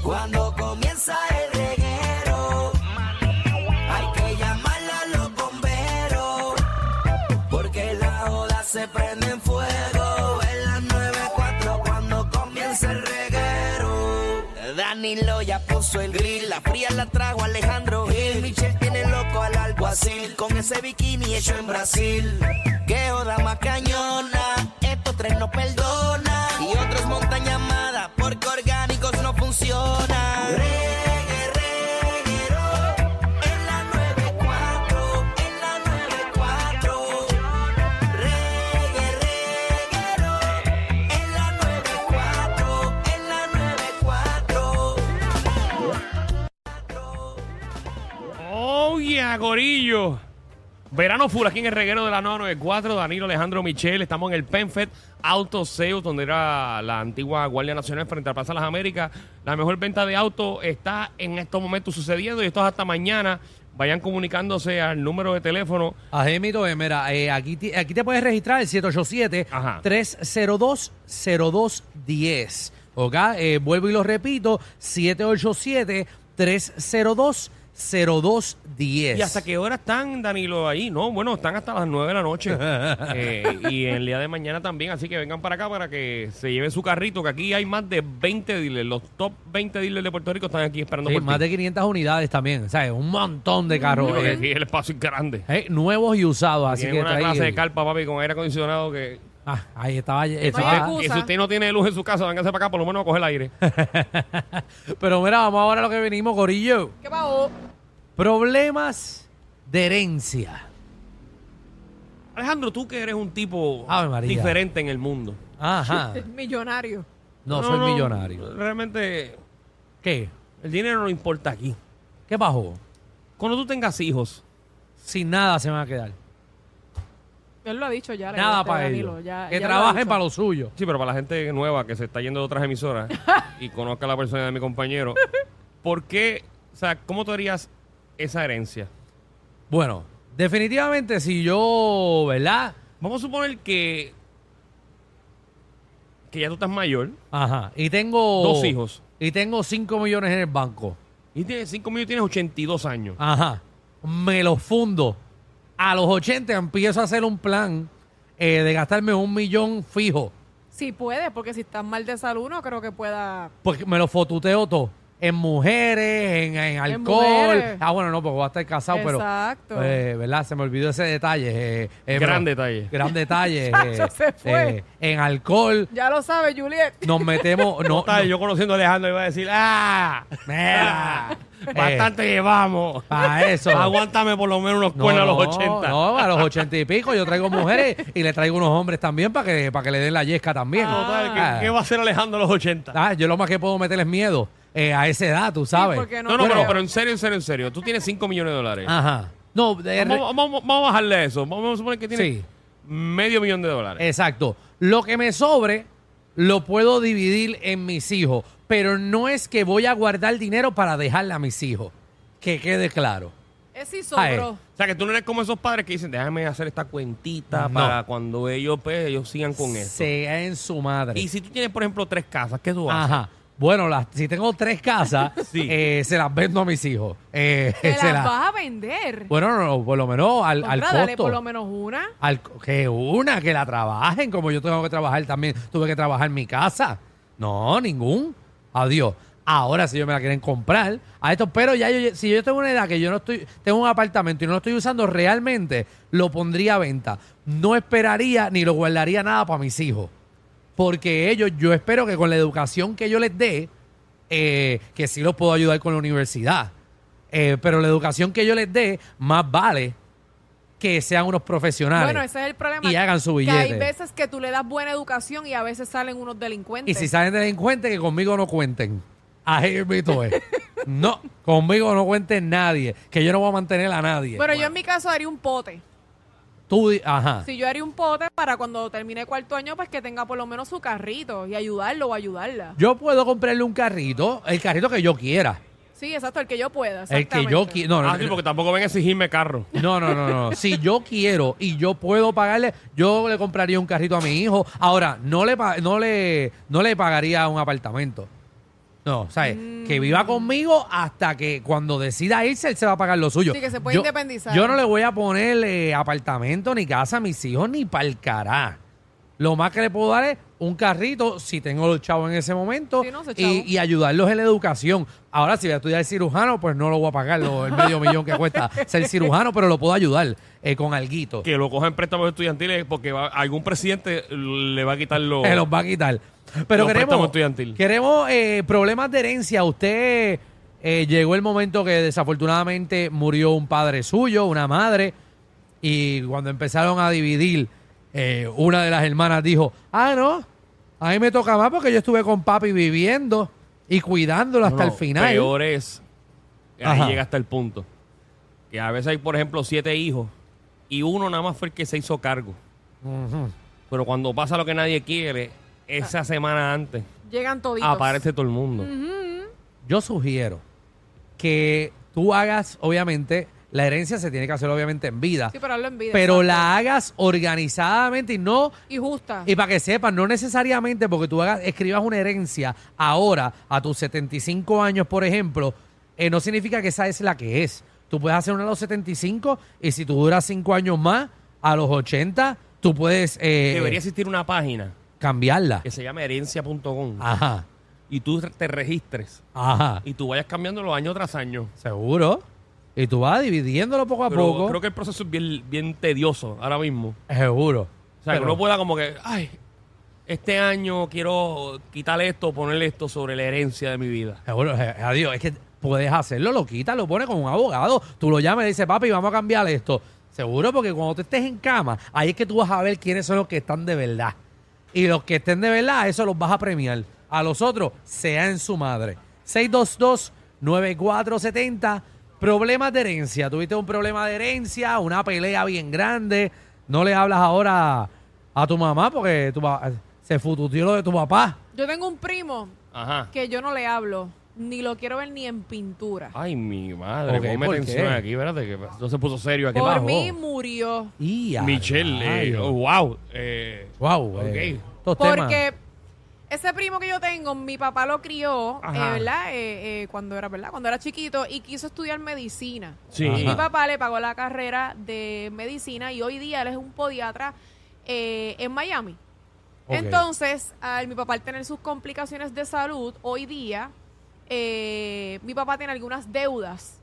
Cuando comienza el reguero, hay que llamar a los bomberos, porque la oda se prende en fuego. En las 94 cuando comienza el reguero. Danilo ya puso el grill, la fría la trajo Alejandro Gil. Michelle tiene loco al alguacil, con ese bikini hecho en Brasil. Qué oda más cañona, estos tres no perdonan. Y otros montan llamadas porque orgánicos no funcionan. Reggae, reguero, en la 94, en la 94. Reggae, reguero, en la 94, en la 94. Oh, yeah, gorillo. Verano full aquí en el reguero de la 994, Danilo Alejandro Michel. Estamos en el PenFed Auto Sales, donde era la antigua Guardia Nacional frente a Plaza Las Américas. La mejor venta de autos está en estos momentos sucediendo y esto es hasta mañana. Vayan comunicándose al número de teléfono. Así mito, eh, mira, eh, aquí, ti- aquí te puedes registrar el Ajá. 787-302-0210. ¿Ok? Eh, vuelvo y lo repito, 787-302-0210. ¿Y hasta qué hora están, Danilo, ahí? No, bueno, están hasta las 9 de la noche. Eh, y el día de mañana también, así que vengan para acá para que se lleven su carrito, que aquí hay más de 20 dealers. Los top 20 dealers de Puerto Rico están aquí esperando Sí, por más ti. de 500 unidades también, ¿sabes? Un montón de carros. Porque eh, aquí el espacio es grande. eh, nuevos y usados, así Tienen que una está ahí, clase de eh, carpa, papi, con aire acondicionado que... ah, ahí estaba. Ah, estaba- que si usted no tiene luz en su casa, véngase para acá por lo menos a coger aire. Pero mira, vamos ahora a lo que venimos, Corillo. ¿Qué pasó? Problemas de herencia. Alejandro, tú que eres un tipo Ave María. diferente en el mundo. Ajá. Millonario. No, soy millonario. Realmente, ¿Qué? el dinero no importa aquí. ¿Qué bajó? Cuando tú tengas hijos, Sin nada se me va a quedar. Él lo ha dicho ya. nada regálate, para Danilo, ellos. ya- que ya lo ha trabajen dicho. para lo suyo. Sí, pero para la gente nueva que se está yendo de otras emisoras y conozca la persona de mi compañero, ¿por qué, o sea, cómo tú harías esa herencia? Bueno, definitivamente si yo, ¿verdad? Vamos a suponer que, que ya tú estás mayor Ajá. Y tengo... Dos hijos. Y tengo 5 millones en el banco. y tienes 5 millones y tienes 82 años. Ajá. Me los fundo. A los 80 empiezo a hacer un plan eh, de gastarme un millón fijo. Si puede, porque si estás mal de salud, no creo que pueda. Porque me lo fotuteo todo. En mujeres, en, en alcohol. mujeres. Ah, bueno, no, porque voy a estar casado, Exacto. pero. eh, ¿Verdad? Se me olvidó ese detalle. eh, eh, Gran pero- detalle. Gran detalle. Chacho, eh, se fue. eh, en alcohol. Ya lo sabe, Juliet. Nos metemos. No, Total, Ah, yo conociendo a Alejandro iba a decir, ¡ah! Mira. Eh. Bastante llevamos. para eso. Aguántame por lo menos unos No, cuernos a los no, 80. No, a los 80 y pico. Yo traigo mujeres y le traigo unos hombres también para que, para que le den la yesca también. Total, ¿qué, Ah, qué va a hacer Alejandro a los 80? ah, yo lo más que puedo meterles miedo eh, a esa edad, tú sabes. porque No, no, pero, creo. pero en serio, en serio, en serio. Tú tienes 5 millones de dólares. Ajá. No, de- Vamos, vamos- vamos a bajarle a eso. Vamos a suponer que tiene Sí. Eh. medio millón de dólares. Exacto. Lo que me sobre lo puedo dividir en mis hijos, pero no es que voy a guardar dinero para dejarle a mis hijos. Que quede claro. Es si Ah, sobró. O sea, que tú no eres como esos padres que dicen, déjame hacer esta cuentita No. para cuando ellos, pues, ellos sigan con eso. Sea en su madre. Y si tú tienes, por ejemplo, tres casas, ¿qué tú haces? Ajá. Bueno, las- si tengo tres casas, Sí. eh, se las vendo a mis hijos. Eh, Te se las las- vas a vender. Bueno, no, no, por lo menos al, al Contra, dale costo. por lo menos una. Al- que una, que la trabajen, como yo tengo que trabajar también, tuve que trabajar en mi casa. No, ningún. Adiós. Ahora si yo me la quieren comprar a esto, pero ya yo, si yo tengo una edad que yo no estoy, tengo un apartamento y no lo estoy usando realmente, lo pondría a venta. No esperaría ni lo guardaría nada para mis hijos. Porque ellos, yo espero que con la educación que yo les dé, eh, que sí los puedo ayudar con la universidad. Eh, pero la educación que yo les dé, más vale que sean unos profesionales. Bueno, ese es el problema. Y hagan su Que billete. hay veces que tú le das buena educación y a veces salen unos delincuentes. Y si salen delincuentes, que conmigo no cuenten. Ahí invito es. No, conmigo no cuenten nadie, que yo no voy a mantener a nadie. Pero yo en mi caso haría un pote. Tú, di- ajá. Si yo haría un pote para cuando termine cuarto año, pues que tenga por lo menos su carrito y ayudarlo o ayudarla. Yo puedo comprarle un carrito, el carrito que yo quiera. Sí, exacto, el que yo pueda. El que yo exactamente. quiera. No, no, Ah, sí, no. porque tampoco ven a exigirme carro. No, no, no, no. Si yo quiero y yo puedo pagarle, yo le compraría un carrito a mi hijo. Ahora, no le, pa- no le, no le pagaría un apartamento. No, ¿sabes? Que Mm. viva conmigo hasta que cuando decida irse, él se va a pagar lo suyo. Sí, que se puede Yo- independizar. Yo no le voy a poner eh, apartamento ni casa a mis hijos ni palcará. Lo más que le puedo dar es un carrito, si tengo los chavos en ese momento, Sí, no, ese y, chavo. y ayudarlos en la educación. Ahora, si voy a estudiar cirujano, pues no lo voy a pagar lo- el medio millón que cuesta ser cirujano, pero lo puedo ayudar eh, con alguito. Que lo cojan préstamos estudiantiles porque va- algún presidente le va a quitar los... Se los va a quitar. Pero Los préstamos queremos, estudiantil. queremos eh, problemas de herencia. Usted eh, llegó el momento que desafortunadamente murió un padre suyo, una madre, y cuando empezaron a dividir, eh, una de las hermanas dijo, ah, no, a mí me toca más porque yo estuve con papi viviendo y cuidándolo hasta No, el final. Peor es, ahí Ajá. llega hasta el punto, que a veces hay, por ejemplo, siete hijos y uno nada más fue el que se hizo cargo. Pero cuando pasa lo que nadie quiere, esa semana antes Llegan toditos. Ah, aparece todo el mundo. Yo sugiero que tú hagas, obviamente, la herencia se tiene que hacer obviamente en vida, Sí, pero hazlo en vida. pero exacto. la hagas organizadamente y no Y justa. Y para que sepan, no necesariamente porque tú hagas, escribas una herencia ahora, a tus 75 años, por ejemplo, eh, no significa que esa es la que es. Tú puedes hacer una a los 75 y si tú duras 5 años más, a los 80, tú puedes eh, Debería existir una página cambiarla. que se llama herencia.com Ajá, y tú te registres ajá, y tú vayas cambiándolo año tras año. seguro. Y tú vas dividiéndolo poco a Pero poco. creo que el proceso es bien, bien tedioso ahora mismo. Seguro. O sea, que Pero- uno pueda como que, ay, este año quiero quitar esto, ponerle esto sobre la herencia de mi vida. Seguro, eh, adiós. Es que puedes hacerlo, lo quitas, lo pones con un abogado. Tú lo llamas y le dices, papi, vamos a cambiar esto. Seguro, porque cuando tú estés en cama, ahí es que tú vas a ver quiénes son los que están de verdad. Y los que estén de verdad, eso los vas a premiar. A los otros, sea en su madre. 622-9470. Problemas de herencia. Tuviste un problema de herencia, una pelea bien grande. No le hablas ahora a tu mamá porque tu pa- se fututió lo de tu papá. Yo tengo un primo Ajá. que yo no le hablo, ni lo quiero ver ni en pintura. Ah, Ay, mi madre, Ok, ponme ¿por atención qué? aquí, espérate, que no se puso serio aquí. Por bajó? mí murió. Y a Michelle, eh, rayos. oh, wow. eh, Wow, Ok. eh, estos temas. Porque ese primo que yo tengo, mi papá lo crió, eh, Ajá. ¿verdad? Eh, eh, cuando era, ¿verdad? Cuando era chiquito y quiso estudiar medicina. sí. Ajá. Y mi papá le pagó la carrera de medicina y hoy día él es un podiatra eh, en Miami. Ok. Entonces, al mi papá al tener sus complicaciones de salud, hoy día eh, mi papá tiene algunas deudas,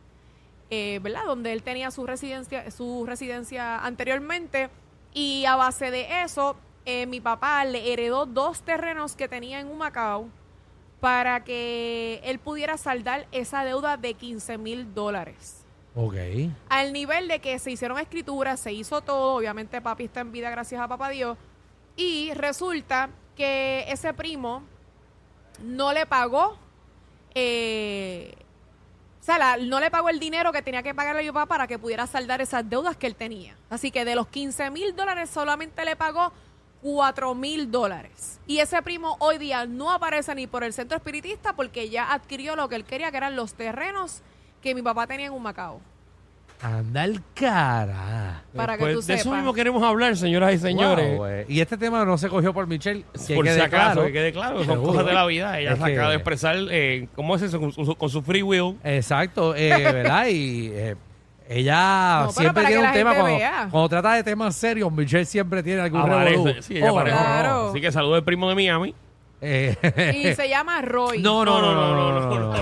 eh, ¿verdad? Donde él tenía su residencia, su residencia anteriormente y a base de eso, eh, mi papá le heredó dos terrenos que tenía en Humacao para que él pudiera saldar esa deuda de 15 mil dólares. Ok. Al nivel de que se hicieron escrituras, se hizo todo, obviamente papi está en vida gracias a papá Dios, y resulta que ese primo no le pagó, eh, o sea, la- no le pagó el dinero que tenía que pagarle a mi papá para que pudiera saldar esas deudas que él tenía. Así que de los 15 mil dólares solamente le pagó 4 mil dólares. Y ese primo hoy día no aparece ni por el centro espiritista porque ya adquirió lo que él quería, que eran los terrenos que mi papá tenía en un Macao. Anda el cara. Para que Pues tú de eso sepas. mismo queremos hablar, señoras y señores. Wow, eh. y este tema no se cogió por Michelle. que por si quede acaso, claro. que quede claro, son Seguro. cosas de la vida. Ella Es se que- acaba de expresar, eh, ¿cómo es eso? Con su, con su free will. Exacto, eh, ¿verdad? Y eh, ella No, pero siempre para que tiene un la tema. gente Cuando, vea. cuando trata de temas serios, Michelle siempre tiene algún Aparece, revolú. sí, ella Oh, aparece. Claro. Así que saludo al primo de Miami. Eh, Y se llama Roy. No, no, no, No, no, no, no, no, no, no.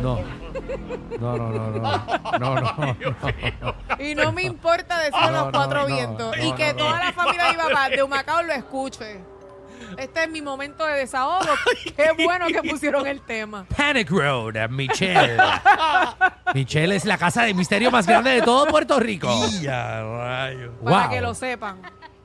No, no, no, no. No, no, no. Y no me importa decirlo No, a los cuatro no, no, vientos. no, y no, que no. toda la familia de mi papá de Humacao lo escuche. Este es mi momento de desahogo. Qué bueno que pusieron el tema. Panic Road, eh, Michelle. Michelle es la casa de misterio más grande de todo Puerto Rico. Para Wow. que lo sepan.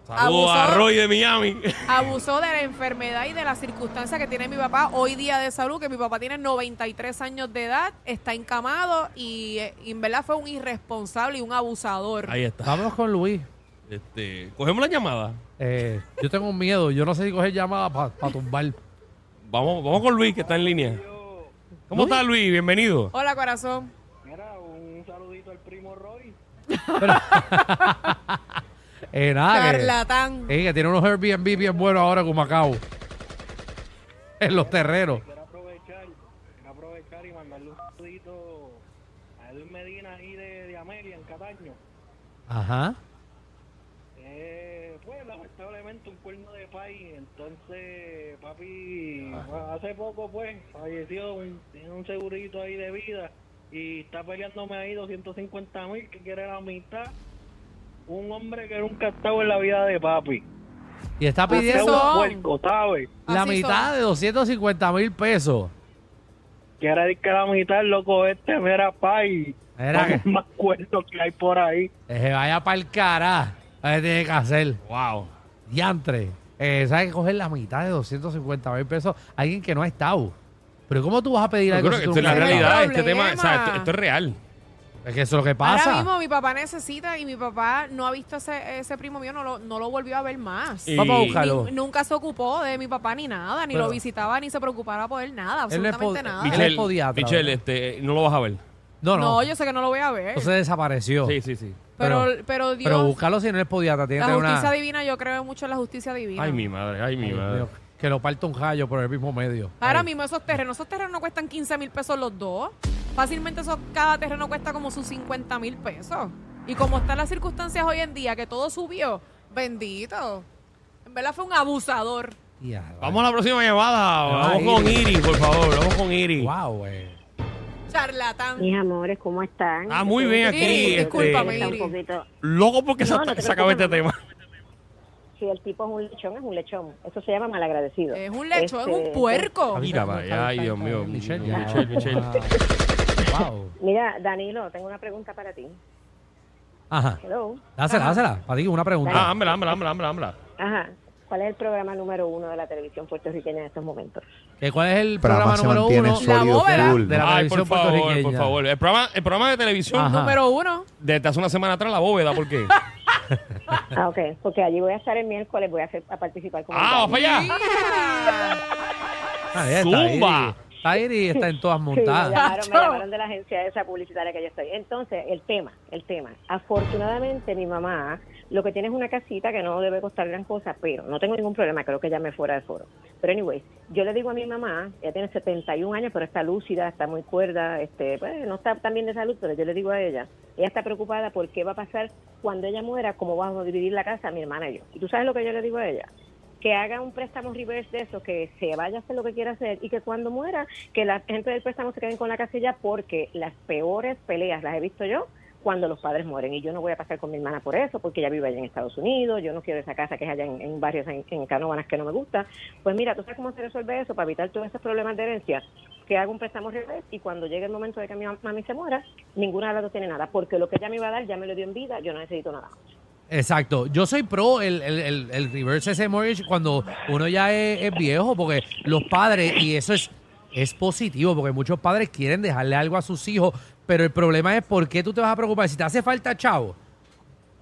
Saludo a Abusó. Roy de Miami. Abusó de la enfermedad y de la circunstancia que tiene mi papá hoy día de salud, que mi papá tiene 93 años de edad, está encamado y, eh, y en verdad fue un irresponsable y un abusador. Ahí está. Vamos con Luis. Este, cogemos la llamada. Eh, yo tengo un miedo. Yo no sé si coger llamada para tumbar. Vamos, vamos con Luis, que está en línea. ¿Cómo Luis. está Luis? Bienvenido. Hola, corazón. Mira, un saludito al primo Roy. Eh, nada, que- Charlatán. eh, que tiene unos Airbnb bien buenos ahora en Macao. En los terreros. Quiero aprovechar aprovechar y mandarle un saludito a Edwin Medina ahí de, de Amelia, en Cataño. Ajá. Eh, pues lamentablemente un cuerno de país, entonces papi hace poco pues falleció, un- tiene un segurito ahí de vida y está peleándome ahí 250 mil que quiere la mitad. Un hombre que nunca ha estado en la vida de papi. Y está Así Es pidiendo un son. puerco, ¿sabes? la Así mitad de 250 mil pesos. Quiere decir que la mitad, loco, este, mira, país. Era que- Vamos más cuerdo que hay por ahí. Eh, vaya para el cara. A ver, tiene que hacer. Wow. Diantre. Eh, ¿Sabes que coger la mitad de 250 mil pesos a alguien que no ha estado? Pero ¿cómo tú vas a pedir Yo algo creo que si esto tú es la nunca has estado? realidad, hay este tema, problema. o sea, esto, esto es real. Es que eso es lo que Ahora pasa. mismo mi papá necesita y mi papá no ha visto ese, ese primo mío, no lo, no lo volvió a ver más. Y- Vamos a Ni- buscarlo. nunca se ocupó de mi papá ni nada, ni Pero- lo visitaba, ni se preocupaba por él, nada, Él no es absolutamente pod- nada. Michelle, Ah. Él es podiatra, Michelle, ¿verdad? este, no lo vas a ver. No, no. No, yo sé que no lo voy a ver. Entonces desapareció. Sí, sí, sí. pero, pero- pero, Dios, Pero buscarlo si no es podiatra. Tiene que la tener justicia una. divina, yo creo mucho en la justicia divina. Ay, mi madre, ay, mi Dios madre. mío, que lo parta un rayo por el mismo medio. Ahora Ay. mismo esos terrenos, esos terrenos cuestan 15 mil pesos los dos. Fácilmente eso, cada terreno cuesta como sus 50 mil pesos. Y como están las circunstancias hoy en día, que todo subió, bendito. En verdad fue un abusador. Ya, vale. Vamos a la próxima llamada. Ah, Vamos con Iris, por favor. Vamos con Iris. Guau, eh. güey. Charlatán. Mis amores, ¿cómo están? Ah, muy bien, aquí, Iri, este- discúlpame, está un Iri. poquito- Loco porque No, se, no te se acaba este tema. preocupes, Si el tipo es un lechón, es un lechón. Eso se llama malagradecido. Es un lechón, es Este, un puerco. Mira, vaya, ay, Dios mío. Michelle, ya. Michelle, Michelle. Wow. Mira, Danilo, tengo una pregunta para ti. Ajá. Hello. Dásela, dásela. Para ti, una pregunta. Ah, ámela, ámela, ámela, ámela, ámela. Ajá. ¿Cuál es el programa número uno de la televisión puertorriqueña en estos momentos? ¿Que ¿Cuál es el Pero programa además se número mantiene uno? sólido, La este bóveda. full. De la- Ay, por televisión favor, por puertorriqueña. Ah. favor. El programa, el programa de televisión Ajá. Número uno. desde hace una semana atrás la bóveda, ¿por qué? Ah, ok. Porque allí voy a estar el miércoles, voy a, hacer- a participar con ah, vamos Dani. para allá. Ah, ya está, Zumba. Iri. Está Iri, está en todas Sí, me montadas. llamaron, me llamaron de la agencia esa publicitaria que yo estoy. Entonces, el tema, el tema. Afortunadamente, mi mamá lo que tiene es una casita que no debe costar gran cosa, pero no tengo ningún problema, creo que ya me fuera de foro. Pero, anyways, yo le digo a mi mamá, ella tiene 71 años, pero está lúcida, está muy cuerda, este, pues, no está tan bien de salud, pero yo le digo a ella, ella está preocupada por qué va a pasar cuando ella muera, cómo vamos a dividir la casa, mi hermana y yo. ¿Y tú sabes lo que yo le digo a ella? que haga un préstamo reverse de eso, que se vaya a hacer lo que quiera hacer y que cuando muera, que la gente del préstamo se queden con la casilla porque las peores peleas las he visto yo cuando los padres mueren y yo no voy a pasar con mi hermana por eso porque ella vive allá en Estados Unidos, yo no quiero esa casa que es allá en, en barrios en, en Canóvanas que no me gusta. Pues mira, ¿tú sabes cómo se resuelve eso para evitar todos esos problemas de herencia? Que haga un préstamo reverse y cuando llegue el momento de que mi mam- mami se muera, ninguna de las dos tiene nada porque lo que ella me iba a dar ya me lo dio en vida, yo no necesito nada más. Exacto. Yo soy pro el, el, el, el reverse ese mortgage cuando uno ya es, es viejo, porque los padres, y eso es, es positivo, porque muchos padres quieren dejarle algo a sus hijos, pero el problema es por qué tú te vas a preocupar. Si te hace falta, chavo,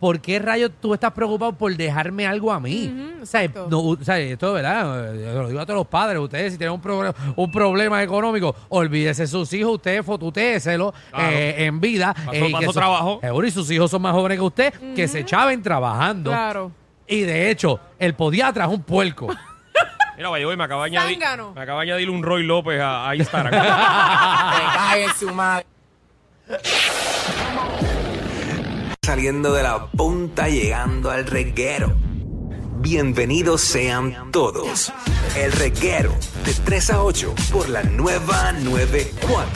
¿por qué rayos tú estás preocupado por dejarme algo a mí? Ujú, o, sea, exacto. no, o sea, esto es verdad, eh, yo lo digo a todos los padres, ustedes si tienen un, progre- un problema económico, olvídese sus hijos, ustedes fotutéselo Claro. eh, en vida. Pasó- eh, y que pasó su- trabajo. Seguro, y sus hijos son más jóvenes que usted, que se chaven trabajando. Claro. Y de hecho, el podiatra es un puerco. Mira, vaya, hoy me acaba de añadir, Zángano. me acaba de añadir un Roy López a, a Instagram. cae su madre. saliendo de la punta llegando al reguero. Bienvenidos sean todos. El reguero de 3 a 8 por la nueva 94.